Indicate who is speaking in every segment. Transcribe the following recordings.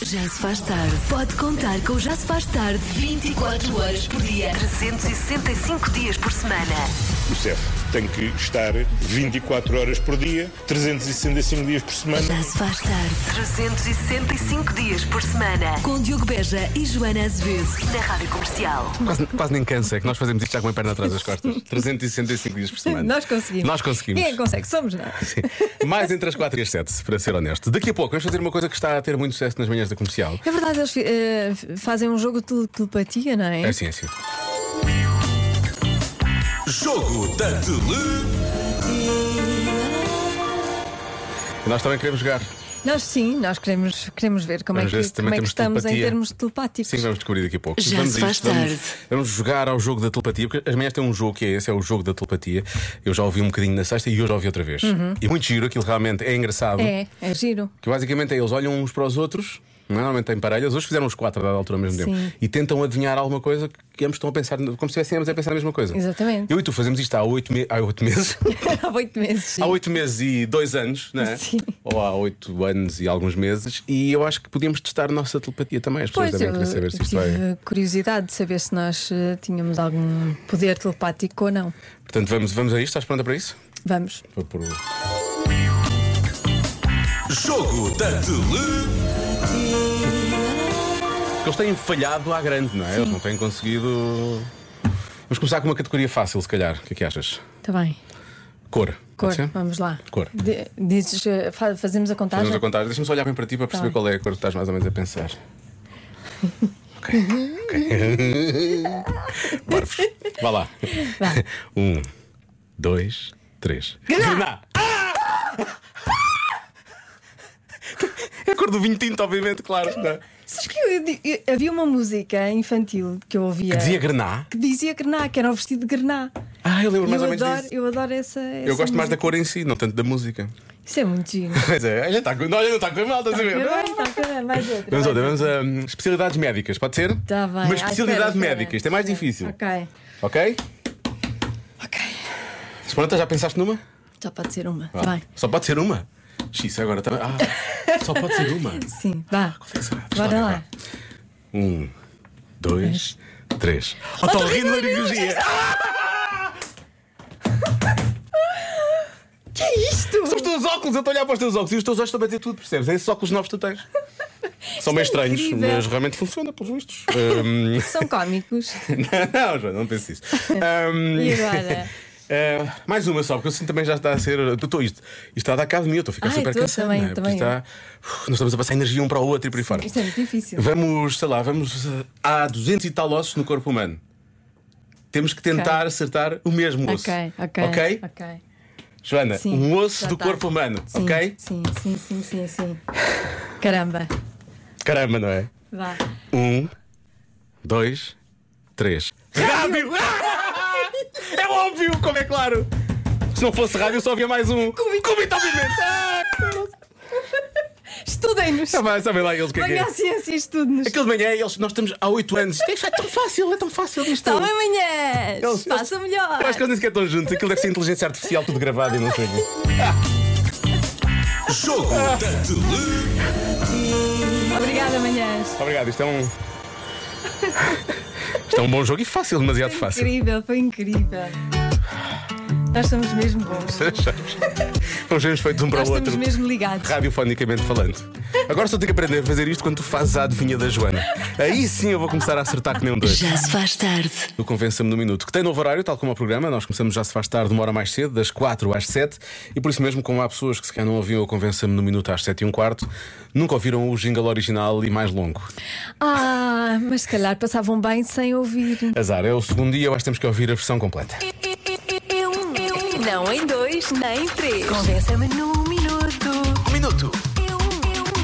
Speaker 1: Já se faz tarde. Pode contar com o Já se faz tarde 24 horas por dia, 365 dias por semana.
Speaker 2: O CEF tem que estar 24 horas por dia, 365 dias por semana.
Speaker 1: Já se faz tarde
Speaker 3: 365 dias por semana
Speaker 1: com Diogo Beja e Joana Azevedo.
Speaker 3: na Rádio Comercial.
Speaker 4: Quase, quase nem cansa, é que nós fazemos isto já com a perna atrás das costas. 365 dias por semana.
Speaker 5: Nós conseguimos.
Speaker 4: Nós conseguimos.
Speaker 5: Quem é que consegue? Somos nós.
Speaker 4: Mais entre as 4 e as 7, para ser honesto. Daqui a pouco vamos fazer uma coisa que está a ter muito sucesso nas manhãs da comercial.
Speaker 5: É verdade, eles eh, fazem um jogo de tele- telepatia, não é?
Speaker 4: É ciência.
Speaker 6: Jogo da Tele.
Speaker 4: E nós também queremos jogar.
Speaker 5: Nós sim, nós queremos, queremos ver como
Speaker 4: Vamos
Speaker 5: é
Speaker 4: ver
Speaker 5: que,
Speaker 4: se também
Speaker 5: como é
Speaker 4: temos
Speaker 5: que estamos em
Speaker 4: telepatia.
Speaker 5: termos telepáticos.
Speaker 4: Sim, vamos descobrir daqui a pouco.
Speaker 1: Já
Speaker 4: vamos
Speaker 1: se faz
Speaker 4: isto, vamos,
Speaker 1: tarde.
Speaker 4: vamos jogar ao jogo da telepatia, porque as manhãs têm um jogo que é esse, é o jogo da telepatia. Eu já ouvi um bocadinho na sexta e hoje ouvi outra vez.
Speaker 1: Uhum.
Speaker 4: E muito giro, aquilo realmente é engraçado.
Speaker 5: É, é giro.
Speaker 4: Que basicamente é eles olham uns para os outros, não é? normalmente em parelhas, hoje fizeram os quatro a dada altura ao mesmo
Speaker 5: Sim.
Speaker 4: tempo, e tentam adivinhar alguma coisa que ambos estão a pensar, como se estivessem ambos a pensar a mesma coisa.
Speaker 5: Exatamente.
Speaker 4: Eu e tu fazemos isto há oito, me- há oito meses.
Speaker 5: Há oito meses. sim.
Speaker 4: Há oito meses e dois anos, não é?
Speaker 5: Sim.
Speaker 4: Ou há oito anos e alguns meses, e eu acho que podíamos testar a nossa telepatia também. As pessoas
Speaker 5: Pois,
Speaker 4: devem
Speaker 5: eu,
Speaker 4: querer saber se
Speaker 5: eu
Speaker 4: isto vai.
Speaker 5: tive curiosidade de saber se nós eh, tínhamos algum poder telepático ou não.
Speaker 4: Portanto, vamos, vamos a isto? Estás pronta para isso?
Speaker 5: Vamos.
Speaker 4: Vou pôr o-
Speaker 6: Jogo da Tele.
Speaker 4: Porque eles têm falhado à grande, não é? Eles não têm conseguido. Vamos começar com uma categoria fácil, se calhar. O que é que achas?
Speaker 5: Está Tá bem.
Speaker 4: Cor.
Speaker 5: Cor,
Speaker 4: Pode ser?
Speaker 5: vamos lá.
Speaker 4: Cor.
Speaker 5: De- dizes, eh, fa- fazemos a contagem?
Speaker 4: Vamos a contar. Deixa-me só olhar bem para ti para perceber
Speaker 5: bem.
Speaker 4: qual é a cor que estás mais ou menos a pensar. Ok. ok. Parvos. Vá lá. Um, dois, três. Grená! É Ah! a cor do vinho tinto, obviamente, claro. não é?
Speaker 5: Sabes que eu- eu- eu- havia uma música infantil que eu ouvia
Speaker 4: Que dizia grená?
Speaker 5: que dizia grená, que era o vestido de grená.
Speaker 4: Ah, eu lembro mais
Speaker 5: eu,
Speaker 4: ou menos
Speaker 5: adoro,
Speaker 4: disso.
Speaker 5: eu adoro essa.
Speaker 4: Eu gosto mais da cor em si, não tanto da música.
Speaker 5: Isso é muito giro.
Speaker 4: Pois é, olha, tá, com- olha, não está Tá com mal, estás a ver?
Speaker 5: mais outra.
Speaker 4: Vamos outra, vamos a hum, especialidades médicas, pode ser?
Speaker 5: Tá bem.
Speaker 4: Uma
Speaker 5: Ah,
Speaker 4: especialidade
Speaker 5: espera, espera.
Speaker 4: médica, isto é mais difícil.
Speaker 5: Ok.
Speaker 4: Ok?
Speaker 5: Ok.
Speaker 4: Esperança, já pensaste numa?
Speaker 5: Já pode ser uma.
Speaker 4: Vá.
Speaker 5: Vai.
Speaker 4: Só pode ser uma? X, agora também. Ah, só pode ser uma.
Speaker 5: Sim, vá.
Speaker 4: Qual é que será? Deixa
Speaker 5: Bora
Speaker 4: ver,
Speaker 5: lá.
Speaker 4: vá. Um, dois, três. Otorrinolaringologia!
Speaker 5: Que é isto?
Speaker 4: São os teus óculos, eu estou a olhar para os teus óculos e os teus olhos estão a bater tudo, percebes? É esses óculos novos que tu tens. São meio estranhos,
Speaker 5: é incrível.
Speaker 4: mas realmente funciona, pelos vistos. Hum,
Speaker 5: São cómicos.
Speaker 4: não, João, não pense isso. Hum,
Speaker 5: E agora?
Speaker 4: Uh, mais uma só, porque eu sinto também já está a ser. eu Estou isto. Isto está a dar cabo de mim, eu estou a ficar
Speaker 5: Ai,
Speaker 4: super
Speaker 5: estou
Speaker 4: cansado.
Speaker 5: também,
Speaker 4: não é? Porque
Speaker 5: também.
Speaker 4: está- Uf, nós estamos a passar energia um para o outro e por aí fora.
Speaker 5: Isto é muito difícil.
Speaker 4: Vamos, sei lá, vamos. uh, Há 200 e tal ossos no corpo humano. Temos que tentar
Speaker 5: Ok.
Speaker 4: acertar o mesmo osso.
Speaker 5: Ok, ok.
Speaker 4: Ok?
Speaker 5: Ok.
Speaker 4: Joana,
Speaker 5: Sim,
Speaker 4: um osso
Speaker 5: já
Speaker 4: do
Speaker 5: tá.
Speaker 4: corpo humano,
Speaker 5: Sim,
Speaker 4: ok?
Speaker 5: Sim, sim, sim, sim, sim. Caramba.
Speaker 4: Caramba, não é?
Speaker 5: Vá.
Speaker 4: Um, dois, três. Rádio! é óbvio, como é claro! Se não fosse rádio, eu só havia mais um.
Speaker 5: Cúbito.
Speaker 4: Cúbito, obviamente! Ah,
Speaker 5: Estudem-nos.
Speaker 4: Sabem, sabem lá eles o que é que
Speaker 5: Venha
Speaker 4: é.
Speaker 5: à ciência e estude-nos.
Speaker 4: Aquele de manhã, eles, nós estamos há 8 anos. Isto é tão fácil, é tão fácil isto.
Speaker 5: Toma amanhã.
Speaker 4: Eles-
Speaker 5: Tá Faça melhor.
Speaker 4: Eu acho que eles nem sequer estão juntos. Aquilo deve ser inteligência artificial, tudo gravado e não sei. o quê.
Speaker 6: Jogo da Tele.
Speaker 5: Obrigada, amanhã.
Speaker 4: Obrigado, isto é um. Isto é um bom jogo e fácil, demasiado
Speaker 5: Foi
Speaker 4: fácil.
Speaker 5: incrível, foi incrível. Nós somos mesmo bons.
Speaker 4: Vamos vermos feitos um para
Speaker 5: Nós
Speaker 4: o
Speaker 5: estamos
Speaker 4: outro.
Speaker 5: mesmo ligados.
Speaker 4: Radiofonicamente falando. Agora só tenho que aprender a fazer isto quando tu fazes a adivinha da Joana. Aí sim eu vou começar a acertar que nem um dois.
Speaker 1: Já se faz tarde.
Speaker 4: do Convença-me no Minuto, que tem novo horário, tal como o programa. Nós começamos já se faz tarde, uma hora mais cedo, das 4 às 7. E por isso mesmo, como há pessoas que se calhar não ouviam o Convença-me no Minuto às 7 e um quarto, nunca ouviram o jingle original e mais longo.
Speaker 5: Ah, mas se calhar passavam bem sem ouvir.
Speaker 4: Azar, é o segundo dia, eu acho que temos que ouvir a versão completa.
Speaker 1: Não em dois, nem em três.
Speaker 3: Convença-me num minuto.
Speaker 6: Um minuto.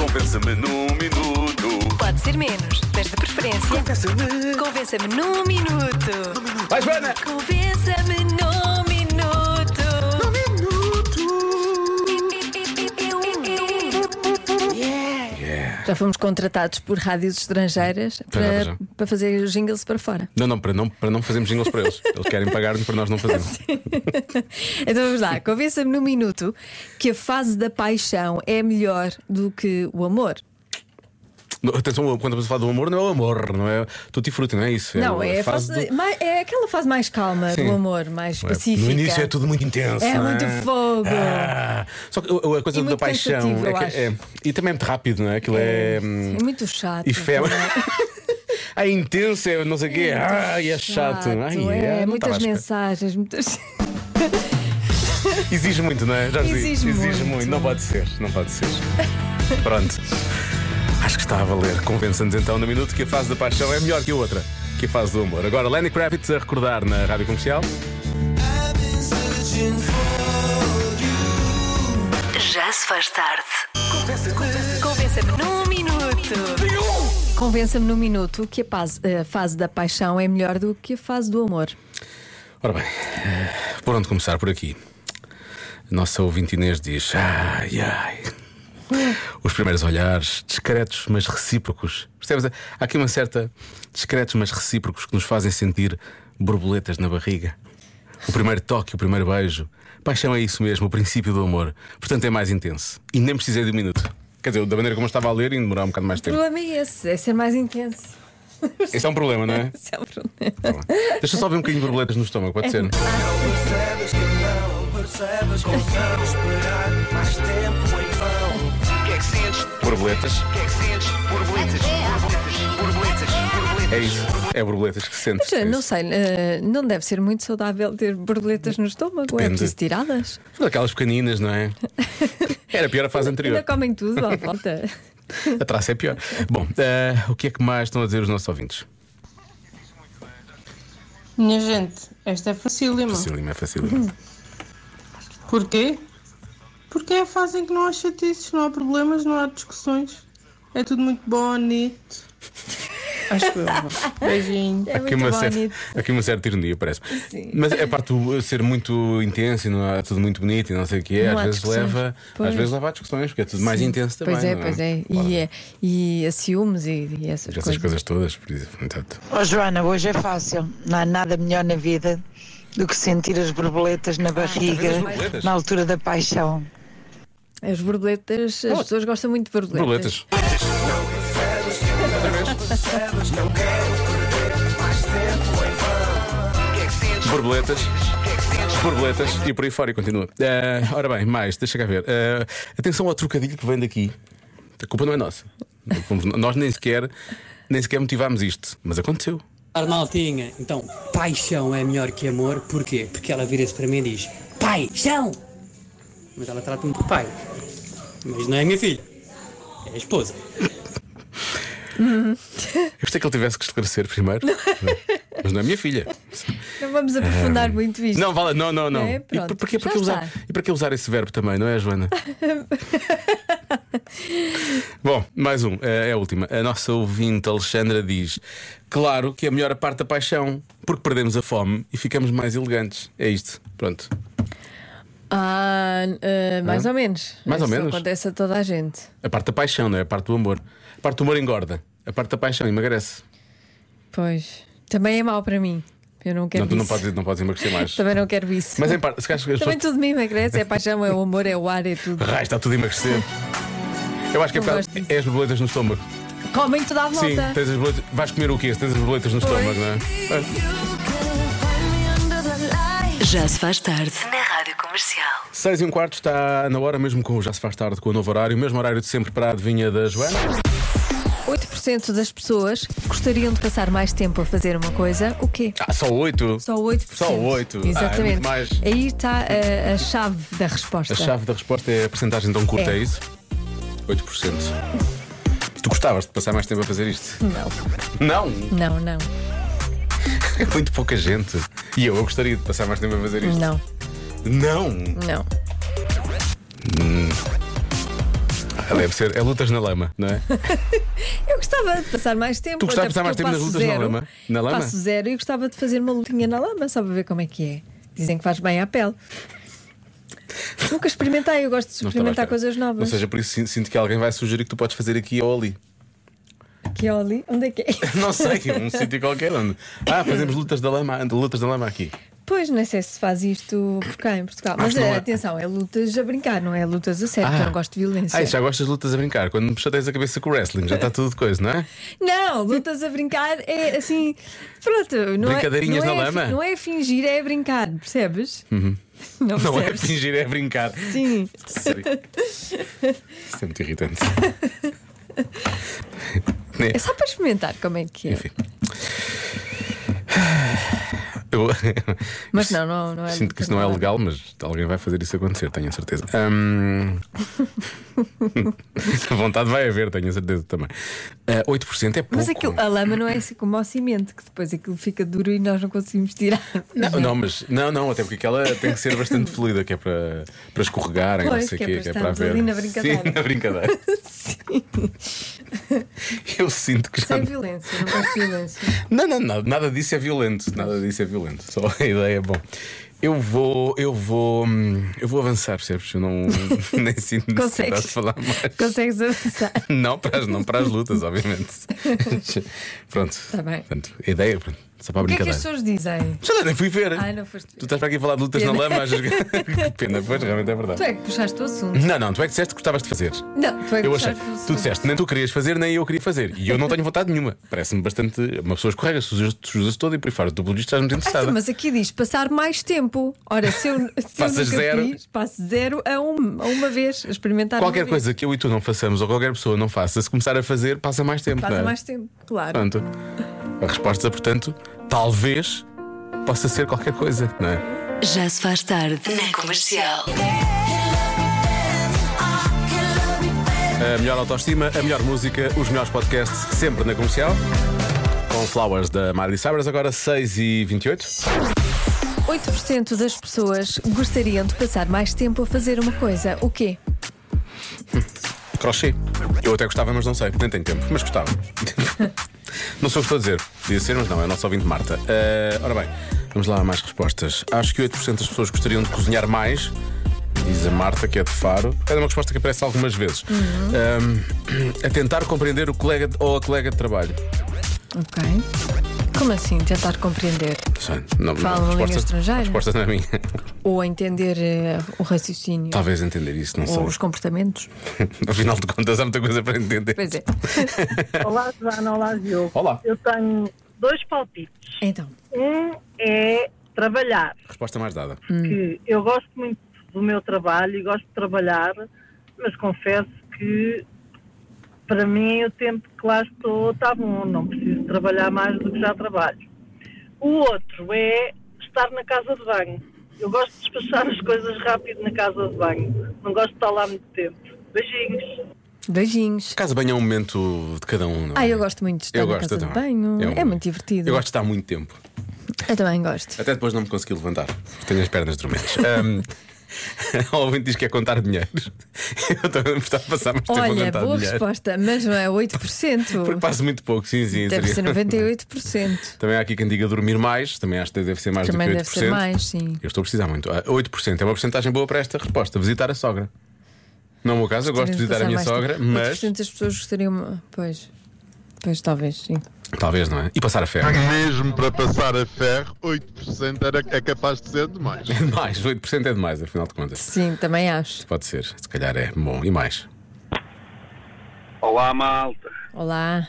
Speaker 6: Convença-me num minuto.
Speaker 3: um. Pode ser menos, mas de preferência.
Speaker 6: Convença-me.
Speaker 3: Convença-me num minuto.
Speaker 4: Vai, Joana!
Speaker 3: Convença-me num minuto.
Speaker 5: Já fomos contratados por rádios estrangeiras
Speaker 4: Pois é,
Speaker 5: para,
Speaker 4: pois é.
Speaker 5: para fazer os jingles para fora.
Speaker 4: Não, não, para não, para não fazermos jingles para eles. Eles querem pagar-nos para nós não fazermos.
Speaker 5: Então vamos lá, convença-me num minuto que a fase da paixão é melhor do que o amor.
Speaker 4: No, Atenção, quando estamos a falar do amor, não é o amor, não é tutti frutti, não é isso?
Speaker 5: Não,
Speaker 4: a
Speaker 5: é, a
Speaker 4: fase
Speaker 5: fase-
Speaker 4: do-
Speaker 5: mai- é aquela fase mais calma
Speaker 4: Sim.
Speaker 5: do amor, mais
Speaker 4: Não é?
Speaker 5: pacífica.
Speaker 4: No início é tudo muito intenso.
Speaker 5: É
Speaker 4: não
Speaker 5: muito fogo.
Speaker 4: Ah, só que o- o- a coisa
Speaker 5: E
Speaker 4: da
Speaker 5: muito
Speaker 4: paixão
Speaker 5: cansativo,
Speaker 4: é
Speaker 5: eu
Speaker 4: que
Speaker 5: acho.
Speaker 4: é- E também é muito rápido, não é? Aquilo é. hum,
Speaker 5: É muito chato.
Speaker 4: efêmero.
Speaker 5: não é?
Speaker 4: É intenso, é não sei o quê. Ai, é chato. Ai,
Speaker 5: é,
Speaker 4: não
Speaker 5: muitas
Speaker 4: estava à espera.
Speaker 5: mensagens, muitas.
Speaker 4: Exige muito, não é? Já vos digo.
Speaker 5: Exige
Speaker 4: Exige
Speaker 5: muito.
Speaker 4: muito. Não pode ser, não pode ser. Pronto. Acho que está a valer. Convença-nos então no minuto que a fase da paixão é melhor que a outra, que a fase do amor. Agora, Lenny Kravitz a recordar na rádio comercial.
Speaker 1: Já se faz tarde.
Speaker 3: Convença-me num minuto.
Speaker 5: Convença-me num minuto que a paz- a fase da paixão é melhor do que a fase do amor.
Speaker 4: Ora bem, eh, por onde começar? Por aqui. A nossa ouvinte Inês diz: ai, ai. Os primeiros olhares, discretos, mas recíprocos. Percebes? Há aqui uma certa discretos, mas recíprocos que nos fazem sentir borboletas na barriga. O primeiro toque, o primeiro beijo. Paixão é isso mesmo, o princípio do amor. Portanto, é mais intenso. E nem precisei de um minuto. Quer dizer, da maneira como eu estava a ler, ia demorar um bocado mais
Speaker 5: O
Speaker 4: tempo.
Speaker 5: problema é esse, é ser mais intenso.
Speaker 4: Esse é um problema, não é?
Speaker 5: Esse é o problema.
Speaker 4: Tá bem. Deixa só ver um bocadinho de borboletas no estômago,
Speaker 5: É.
Speaker 4: pode ser?
Speaker 7: Percebes que não, percebes como vamos esperar mais tempo em vão.
Speaker 4: Borboletas. É isso, é borboletas que sentes.
Speaker 5: Mas, não sei, eh, não deve ser muito saudável ter borboletas no estômago, é
Speaker 4: Depende.
Speaker 5: preciso tiradas.
Speaker 4: Foram aquelas pequeninas, não é? Era pior a fase anterior.
Speaker 5: Ainda comem tudo à volta.
Speaker 4: A traça é pior. Bom, eh, o que é que mais estão a dizer os nossos ouvintes?
Speaker 8: Minha gente, esta é facílima.
Speaker 4: Facílimo, é facílimo.
Speaker 8: Porquê? Porque é a fase em que não há chatices, não há problemas, não há discussões. É tudo muito bonito. Acho eu. vá. Beijinho.
Speaker 5: É
Speaker 4: Aqui
Speaker 5: muito
Speaker 4: uma, certa,
Speaker 5: bonito.
Speaker 4: aqui uma certa ironia, parece. Mas a parte do ser muito intenso e não há tudo muito bonito e não sei o que é,
Speaker 5: Não
Speaker 4: às
Speaker 5: há
Speaker 4: vezes,
Speaker 5: discussões.
Speaker 4: leva, às
Speaker 5: Pois.
Speaker 4: vezes leva a discussões, porque é tudo mais intenso também.
Speaker 5: Pois é,
Speaker 4: não
Speaker 5: pois é.
Speaker 4: Ora,
Speaker 5: E, é, e a ciúmes e, e essas
Speaker 4: Essas
Speaker 5: coisas.
Speaker 4: coisas todas, por isso, portanto.
Speaker 9: Ó Joana, hoje é fácil. Não há nada melhor na vida do que sentir as borboletas
Speaker 4: Ah,
Speaker 9: na barriga
Speaker 4: borboletas?
Speaker 9: na altura da paixão.
Speaker 5: As borboletas, as pessoas gostam muito de borboletas.
Speaker 4: Borboletas. Borboletas. Borboletas e por aí fora e continua. Eh, ora bem, mais, deixa cá ver. Eh, atenção ao trocadilho que vem daqui. A culpa não é nossa. Fomos- Nós nem sequer, nem sequer motivámos isto, mas aconteceu.
Speaker 10: Ar maltinha, então, paixão é melhor que amor, porquê? Porque ela vira-se para mim e diz: Paixão! Mas ela trata-me por pai. Mas não é minha filha, é a esposa.
Speaker 4: Eu gostei que ele tivesse que esclarecer primeiro. mas não é minha filha.
Speaker 5: Não vamos aprofundar muito isto.
Speaker 4: Ah. Não, vale, não, não, não.
Speaker 5: É,
Speaker 4: e
Speaker 5: pronto,
Speaker 4: por- porquê,
Speaker 5: já
Speaker 4: porquê usar,
Speaker 5: está.
Speaker 4: e porquê usar esse verbo também, não é, Joana? Bom, mais um, eh, é a última. A nossa ouvinte Alexandra diz: Claro que é melhor a parte da paixão, porque perdemos a fome e ficamos mais elegantes. É isto, pronto.
Speaker 5: Ah, ah, mais ou menos.
Speaker 4: Mais ou
Speaker 5: Isso
Speaker 4: menos.
Speaker 5: acontece a toda a gente.
Speaker 4: A parte da paixão, não é? A parte do amor. A parte do amor engorda, a parte da paixão emagrece.
Speaker 5: Pois. Também é mau para mim. Eu não quero
Speaker 4: Não, tu não
Speaker 5: isso.
Speaker 4: podes, não podes emagrecer mais.
Speaker 5: Também não quero isso.
Speaker 4: Mas em parte, se calhar as pessoas.
Speaker 5: Também tudo me emagrece, é a paixão, é o amor, é o ar, é tudo.
Speaker 4: Raios, está tudo a emagrecer. Eu acho que é,
Speaker 5: Não
Speaker 4: por causa-
Speaker 5: gosto disso.
Speaker 4: é as borboletas no estômago.
Speaker 5: Comem tudo à volta.
Speaker 4: Sim, tens as boletas. Vais comer o quê? Se Tens as boletas no estômago, não é?
Speaker 1: Já se faz tarde. Na rádio comercial.
Speaker 4: 6 e um quarto está na hora, mesmo com o já se faz tarde com o novo horário, o mesmo horário de sempre para a adivinha da Joana.
Speaker 5: 8% das pessoas gostariam de passar mais tempo a fazer uma coisa, o quê?
Speaker 4: Ah, só 8.
Speaker 5: Só 8%.
Speaker 4: Só 8. Ah, é muito
Speaker 5: Exatamente.
Speaker 4: mais.
Speaker 5: Aí está a, a chave da resposta.
Speaker 4: A chave da resposta é a porcentagem tão curta, é,
Speaker 5: É.
Speaker 4: isso? 8%. Tu gostavas de passar mais tempo a fazer isto? Não. Não?
Speaker 5: Não, não,
Speaker 4: É muito pouca gente. E eu, eu gostaria de passar mais tempo a fazer isto.
Speaker 5: não,
Speaker 4: Não.
Speaker 5: não.
Speaker 4: Ah, Deve ser. É lutas na lama, não é?
Speaker 5: Eu gostava de passar mais tempo.
Speaker 4: Tu gostavas de
Speaker 5: até
Speaker 4: passar mais
Speaker 5: porque
Speaker 4: tempo nas
Speaker 5: eu passo
Speaker 4: lutas na
Speaker 5: zero,
Speaker 4: lama? Na lama?
Speaker 5: Passo zero e gostava de fazer uma lutinha na lama, só para ver como é que é. Dizem que faz bem à pele. Nunca experimentei, eu gosto de
Speaker 4: Não estava à
Speaker 5: experimentar
Speaker 4: espera.
Speaker 5: coisas novas.
Speaker 4: Ou seja, por isso sin- sinto que alguém vai sugerir que tu podes fazer aqui ou ali.
Speaker 5: Que é ali, onde é que é?
Speaker 4: Não sei, um sítio qualquer onde. Ah, fazemos lutas da lama, lutas da lama aqui.
Speaker 5: Pois, nem sei se faz isto por cá em Portugal. Mas
Speaker 4: Acho que não
Speaker 5: eh,
Speaker 4: é.
Speaker 5: Atenção, é lutas a brincar, não é lutas a sério,
Speaker 4: Ah.
Speaker 5: porque eu não gosto de violência.
Speaker 4: Ah, isso já gostas de lutas a brincar. Quando me chateias a cabeça com o wrestling, já está tudo de coisa, não é?
Speaker 5: Não, lutas a brincar é assim. Pronto, não
Speaker 4: Brincadeirinhas
Speaker 5: é, não
Speaker 4: na
Speaker 5: é,
Speaker 4: lama?
Speaker 5: Não é fingir, é brincar, percebes?
Speaker 4: Uhum.
Speaker 5: Não
Speaker 4: Não é
Speaker 5: percebes?
Speaker 4: fingir, é brincar.
Speaker 5: Sim.
Speaker 4: Sério. Isso é muito irritante.
Speaker 5: É só para experimentar como é que é.
Speaker 4: Eu-
Speaker 5: Mas não, não, não é.
Speaker 4: Sinto que isso não é legal, mas alguém vai fazer isso acontecer, tenho a certeza. Hum. a vontade vai haver, tenho a certeza também. Ah, 8% é pouco.
Speaker 5: Mas aquilo, a lama não é assim como ao cimento, que depois aquilo fica duro e nós não conseguimos tirar.
Speaker 4: Não, não, mas não, não, até porque aquela tem que ser bastante fluida, que é para, para escorregar, e não
Speaker 5: Pois,
Speaker 4: sei o
Speaker 5: que é
Speaker 4: quê,
Speaker 5: para
Speaker 4: que é para
Speaker 5: estarmos
Speaker 4: ver.
Speaker 5: ali na brincadeira.
Speaker 4: Sim, na brincadeira. Eu sinto que já.
Speaker 5: Sem violência, não gosto de violência.
Speaker 4: Não, não, não, nada disso é violento. Nada disso é violento. Só a ideia é bom. Eu vou, eu vou, hum, eu vou avançar, percebes? Eu não nem sinto necessidade
Speaker 5: Consegues?
Speaker 4: de falar mais.
Speaker 5: Consegues avançar? é
Speaker 4: Não para as, não para as lutas, obviamente. pronto.
Speaker 5: Tá bem.
Speaker 4: Portanto, a ideia, pronto, só para a
Speaker 5: O que é que as
Speaker 4: brincadeira.
Speaker 5: pessoas dizem?
Speaker 4: Sei lá, nem fui ver.
Speaker 5: Ai, não foste.
Speaker 4: Tu estás para aqui a falar de lutas na
Speaker 5: Pena.
Speaker 4: lama, achas que... que pena, pois realmente é
Speaker 5: Tu
Speaker 4: verdade.
Speaker 5: é que puxaste o assunto.
Speaker 4: Não, não, tu é que disseste que gostavas de fazer.
Speaker 5: Não, tu é que
Speaker 4: Eu achei,
Speaker 5: puxaste o assunto.
Speaker 4: tu disseste, nem tu querias fazer, nem eu queria fazer. E eu não tenho vontade nenhuma. Parece-me bastante. Uma pessoa escorrega, suja- suja-se toda e por aí fora. Tu, pelo visto, estás muito
Speaker 5: Ah, então,
Speaker 4: interessada.
Speaker 5: mas aqui diz passar mais tempo. Ora, se eu, se eu
Speaker 4: Passas
Speaker 5: nunca
Speaker 4: zero.
Speaker 5: fiz, passo zero a, um- a uma vez, a experimentar.
Speaker 4: Qualquer
Speaker 5: uma
Speaker 4: coisa que eu e tu não façamos ou qualquer pessoa não faça, se começar a fazer, passa mais tempo.
Speaker 5: Vez.
Speaker 4: não
Speaker 5: Passa
Speaker 4: é?
Speaker 5: mais tempo, claro.
Speaker 4: Pronto. A resposta, portanto, talvez possa ser qualquer coisa, não é?
Speaker 1: Já se faz tarde na comercial.
Speaker 4: A melhor autoestima, a melhor música, os melhores podcasts sempre na comercial. Com Flowers da Miley Cyrus, agora 6h28.
Speaker 5: 8% das pessoas gostariam de passar mais tempo a fazer uma coisa. O quê?
Speaker 4: Crochê. Eu até gostava, mas não sei, nem tenho tempo, mas gostava. não sei o que estou a dizer. Podia ser, mas não, é o nosso ouvinte Marta. Ah, ora bem, vamos lá a mais respostas. Acho que 8% das pessoas gostariam de cozinhar mais. Diz a Marta, que é de Faro. É uma resposta que aparece algumas vezes. Ah, a tentar compreender o colega ou a colega de trabalho.
Speaker 5: Ok. Como assim? Tentar compreender
Speaker 4: Sei, Não,
Speaker 5: Fala uma língua estrangeira?
Speaker 4: A resposta não é minha.
Speaker 5: ou entender eh, o raciocínio
Speaker 4: Talvez entender isso, não
Speaker 5: ou
Speaker 4: sei.
Speaker 5: os comportamentos?
Speaker 4: Afinal de contas, há muita coisa para entender.
Speaker 5: Pois é.
Speaker 11: Olá, Joana, olá, Diogo.
Speaker 4: Olá.
Speaker 11: Eu tenho dois palpites.
Speaker 5: Então.
Speaker 11: Um é trabalhar,
Speaker 4: Resposta mais dada.
Speaker 5: Hum.
Speaker 11: que eu gosto muito do meu trabalho e gosto de trabalhar, mas confesso que para mim o tempo que lá estou está bom, não preciso trabalhar mais do que já trabalho. O outro é estar na casa de banho. Eu gosto de despachar as coisas rápido na casa de banho. Não gosto de estar lá muito tempo. Beijinhos.
Speaker 5: Beijinhos.
Speaker 4: Casa de banho é um momento de cada um. Não é?
Speaker 5: Ah, eu gosto muito de estar
Speaker 4: Eu
Speaker 5: na
Speaker 4: gosto
Speaker 5: casa de
Speaker 4: também.
Speaker 5: banho.
Speaker 4: É um-
Speaker 5: É, muito divertido.
Speaker 4: Eu gosto de estar muito tempo.
Speaker 5: Eu também gosto.
Speaker 4: Até depois não me consegui levantar. porque Tenho as pernas dormentes. Um, o ouvinte diz que é contar dinheiros. Eu também gostava de passar mais tempo a
Speaker 5: Olha,
Speaker 4: contar
Speaker 5: boa
Speaker 4: dinheiro.
Speaker 5: resposta, mas não é 8%.
Speaker 4: Porque passo muito pouco, sim, sim.
Speaker 5: Deve ser
Speaker 4: seria-
Speaker 5: 98%.
Speaker 4: Também há aqui quem diga dormir mais. Também acho que deve ser mais
Speaker 5: Também
Speaker 4: do que 8%.
Speaker 5: deve ser mais, sim.
Speaker 4: Eu estou a precisar muito. Ah, 8% é uma porcentagem boa para esta resposta. Visitar a sogra. Não é o meu caso, eu gosto de
Speaker 5: Gostaria
Speaker 4: visitar a
Speaker 5: passar
Speaker 4: minha
Speaker 5: mais
Speaker 4: sogra,
Speaker 5: tempo.
Speaker 4: mas.
Speaker 5: 8% das pessoas gostariam. Pois. Pois, talvez, sim.
Speaker 4: Talvez, não é? E passar a ferro.
Speaker 12: Mesmo para passar a ferro, 8% era, é capaz de ser demais.
Speaker 4: É demais, 8% é demais, afinal de contas.
Speaker 5: Sim, também acho.
Speaker 4: Pode ser, se calhar é bom. E mais?
Speaker 13: Olá, malta.
Speaker 5: Olá.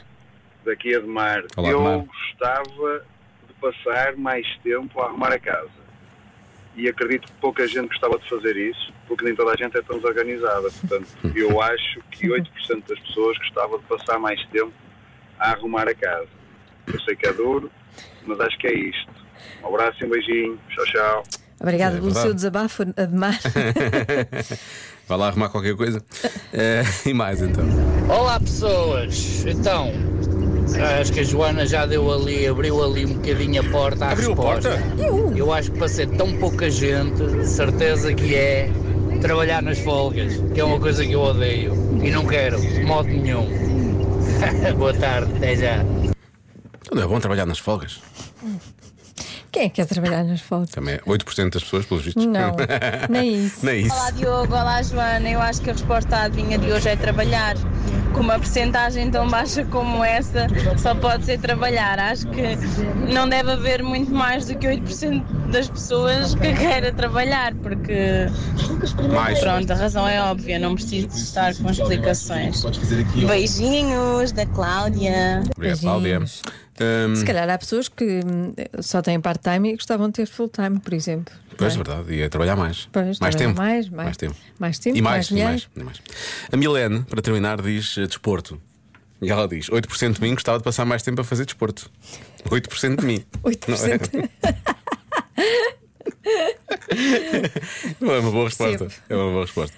Speaker 13: Daqui é de Mar.
Speaker 4: Olá,
Speaker 13: eu
Speaker 4: Ademar.
Speaker 13: gostava de passar mais tempo a arrumar a casa. E acredito que pouca gente gostava de fazer isso, porque nem toda a gente é tão desorganizada. Portanto, eu acho que 8% das pessoas gostava de passar mais tempo a arrumar a casa. Eu sei que é duro, mas acho que é isto. Um abraço e um beijinho. Tchau, tchau.
Speaker 5: Obrigada
Speaker 4: É
Speaker 5: pelo
Speaker 4: verdade.
Speaker 5: seu desabafo, Ademar.
Speaker 4: Vai lá arrumar qualquer coisa. Eh, e mais então?
Speaker 14: Olá pessoas, então acho que a Joana já deu ali, abriu ali um bocadinho a porta à
Speaker 4: Abriu a
Speaker 14: resposta.
Speaker 4: porta?
Speaker 14: Eu. acho que para ser tão pouca gente, de certeza que é trabalhar nas folgas, que é uma coisa que eu odeio e não quero, de modo nenhum. Boa tarde, até
Speaker 10: é.
Speaker 14: já.
Speaker 4: Não é bom trabalhar nas folgas.
Speaker 5: Quem é que quer trabalhar nas fotos?
Speaker 4: Também é 8% das pessoas, pelos vistos.
Speaker 5: Não, nem isso.
Speaker 4: nem isso.
Speaker 15: Olá Diogo, olá Joana. Eu acho que a resposta à adivinha de hoje é trabalhar. Com uma percentagem tão baixa como essa, só pode ser trabalhar. Acho que não deve haver muito mais do que 8% das pessoas que queira trabalhar, porque
Speaker 4: Mais.
Speaker 15: pronto, a razão é óbvia, não preciso de estar com explicações. Beijinhos da Cláudia.
Speaker 4: Obrigado, Cláudia. Hum, Ahm,
Speaker 5: Se calhar há pessoas que hum, só têm part-time e gostavam de ter full-time, por exemplo.
Speaker 4: Pois, é verdade, ia trabalhar mais.
Speaker 5: Pois,
Speaker 4: mais
Speaker 5: trabalhar
Speaker 4: tempo.
Speaker 5: mais, mais-
Speaker 4: tempo.
Speaker 5: mais tempo,
Speaker 4: e
Speaker 5: mais
Speaker 4: mais, e
Speaker 5: dinheiro.
Speaker 4: mais, e mais. A Milene, para terminar, diz eh, desporto. E ela diz: 8% de mim gostava de passar mais tempo a fazer desporto. 8% de mim.
Speaker 5: 8%.
Speaker 4: Não é? é uma boa resposta.
Speaker 5: Percebo.
Speaker 4: É uma boa resposta.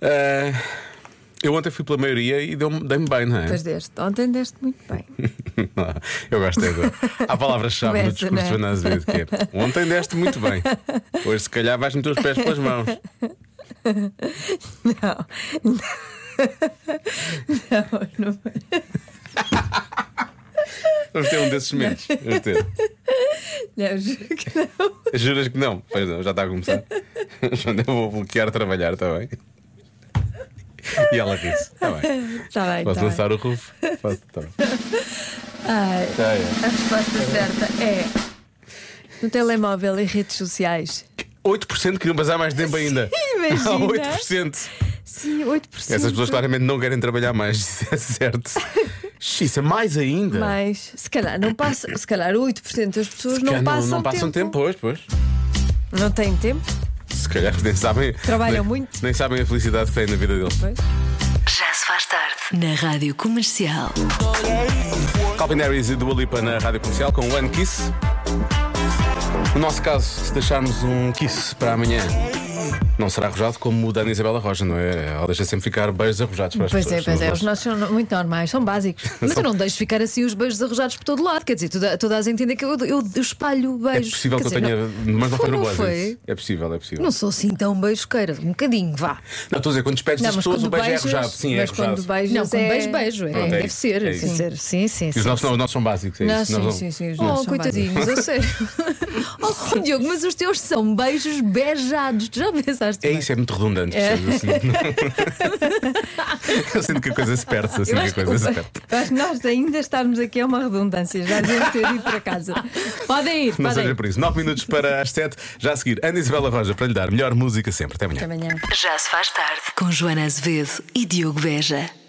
Speaker 4: Ah, eu ontem fui pela maioria e deu-me- dei-me bem, não é?
Speaker 5: Pois deste. Ontem deste muito bem.
Speaker 4: Eu gosto agora. Há palavras-chave no
Speaker 5: Começa,
Speaker 4: discurso de
Speaker 5: não
Speaker 4: Ana
Speaker 5: é?
Speaker 4: Azevedo que é Ontem deste muito bem. Hoje se calhar vais meter os pés pelas mãos.
Speaker 5: Não. Não, não.
Speaker 4: Vamos ter um desses momentos. Vamos ter.
Speaker 5: Não, juro que não.
Speaker 4: Juras que não? Pois não, já está a começar. Joana, eu vou bloquear trabalhar, está bem? E ela ri-se. Está bem.
Speaker 5: Está Tá bem,
Speaker 4: Posso
Speaker 5: está bem.
Speaker 4: lançar o rufo? Posso, tá bem.
Speaker 5: Ai,
Speaker 4: Tá, é.
Speaker 5: a resposta certa é no telemóvel e redes sociais.
Speaker 4: 8% queriam passar mais tempo ainda.
Speaker 5: Sim, imagina.
Speaker 4: Há 8%.
Speaker 5: Sim, 8%.
Speaker 4: Essas pessoas claramente não querem trabalhar mais, isso é certo. Xis, é mais ainda.
Speaker 5: Mas se calhar não passa, se calhar 8% das pessoas
Speaker 4: Que
Speaker 5: não
Speaker 4: não,
Speaker 5: passam,
Speaker 4: não passam tempo, pois, pois.
Speaker 5: tempo. Não têm tempo?
Speaker 4: Se calhar nem sabem.
Speaker 5: Trabalham
Speaker 4: nem-
Speaker 5: muito.
Speaker 4: Nem sabem a felicidade que têm na vida deles.
Speaker 1: Já se faz tarde na Rádio Comercial.
Speaker 4: Calvin Harris e Dua Lipa na rádio comercial com One Kiss. No nosso caso, se deixarmos um kiss para amanhã, não será arrojado como o da Ana Isabela Roja, não é? Ela deixa sempre ficar beijos arrojados para as
Speaker 5: Pois é,
Speaker 4: pessoas.
Speaker 5: pois
Speaker 4: são
Speaker 5: é.
Speaker 4: os
Speaker 5: Os nossos são no- muito normais, são básicos. Mas eu não deixo ficar assim os beijos arrojados por todo lado. Quer dizer, tu, dá- tu dás a entender que eu, eu- eu espalho
Speaker 4: É
Speaker 5: beijos.
Speaker 4: possível
Speaker 5: Quer
Speaker 4: que eu
Speaker 5: dizer,
Speaker 4: tenha. Mas não foi no
Speaker 5: não
Speaker 4: Boas.
Speaker 5: foi?
Speaker 4: isso. É possível, é possível.
Speaker 5: Não, não sou assim tão beijoqueira. Um bocadinho, vá.
Speaker 4: Não, estou a dizer, quando despedes
Speaker 5: Não,
Speaker 4: as
Speaker 5: mas
Speaker 4: pessoas, o
Speaker 5: quando
Speaker 4: beijo é
Speaker 5: beijas-
Speaker 4: arrojado. Sim, é
Speaker 5: mas quando
Speaker 4: arrojado.
Speaker 5: beijas
Speaker 16: Não, quando
Speaker 5: é-
Speaker 16: beijo, beijo, é,
Speaker 4: Pronto, é
Speaker 16: deve
Speaker 4: isso,
Speaker 16: ser.
Speaker 4: é
Speaker 16: quer
Speaker 4: isso.
Speaker 16: dizer, sim, sim,
Speaker 4: E
Speaker 16: sim.
Speaker 4: os nossos, não, os nossos são básicos, é isso.
Speaker 5: Não, Ah, sim,
Speaker 4: Nós não-
Speaker 5: sim, sim, os nossos
Speaker 16: Oh,
Speaker 5: são
Speaker 16: coitadinhos,
Speaker 5: básicos.
Speaker 16: a sério.
Speaker 5: Oh, Diogo, mas os teus são beijos beijados. Já pensaste?
Speaker 4: É isso, é muito redundante.
Speaker 5: É.
Speaker 4: percebes? Assim, Eu sinto que a coisa se perde, eu sinto que a coisa se perde.
Speaker 5: Eu acho que nós ainda estarmos aqui é uma redundância. Já devemos ter ido para casa. Podem ir,
Speaker 4: Não
Speaker 5: podem
Speaker 4: seja
Speaker 5: ir.
Speaker 4: por isso. 9 minutos para as 7. Já a seguir, Ana Isabela Roja para lhe dar melhor música sempre. Até amanhã.
Speaker 1: Já se faz tarde com Joana Azevedo e Diogo Beja.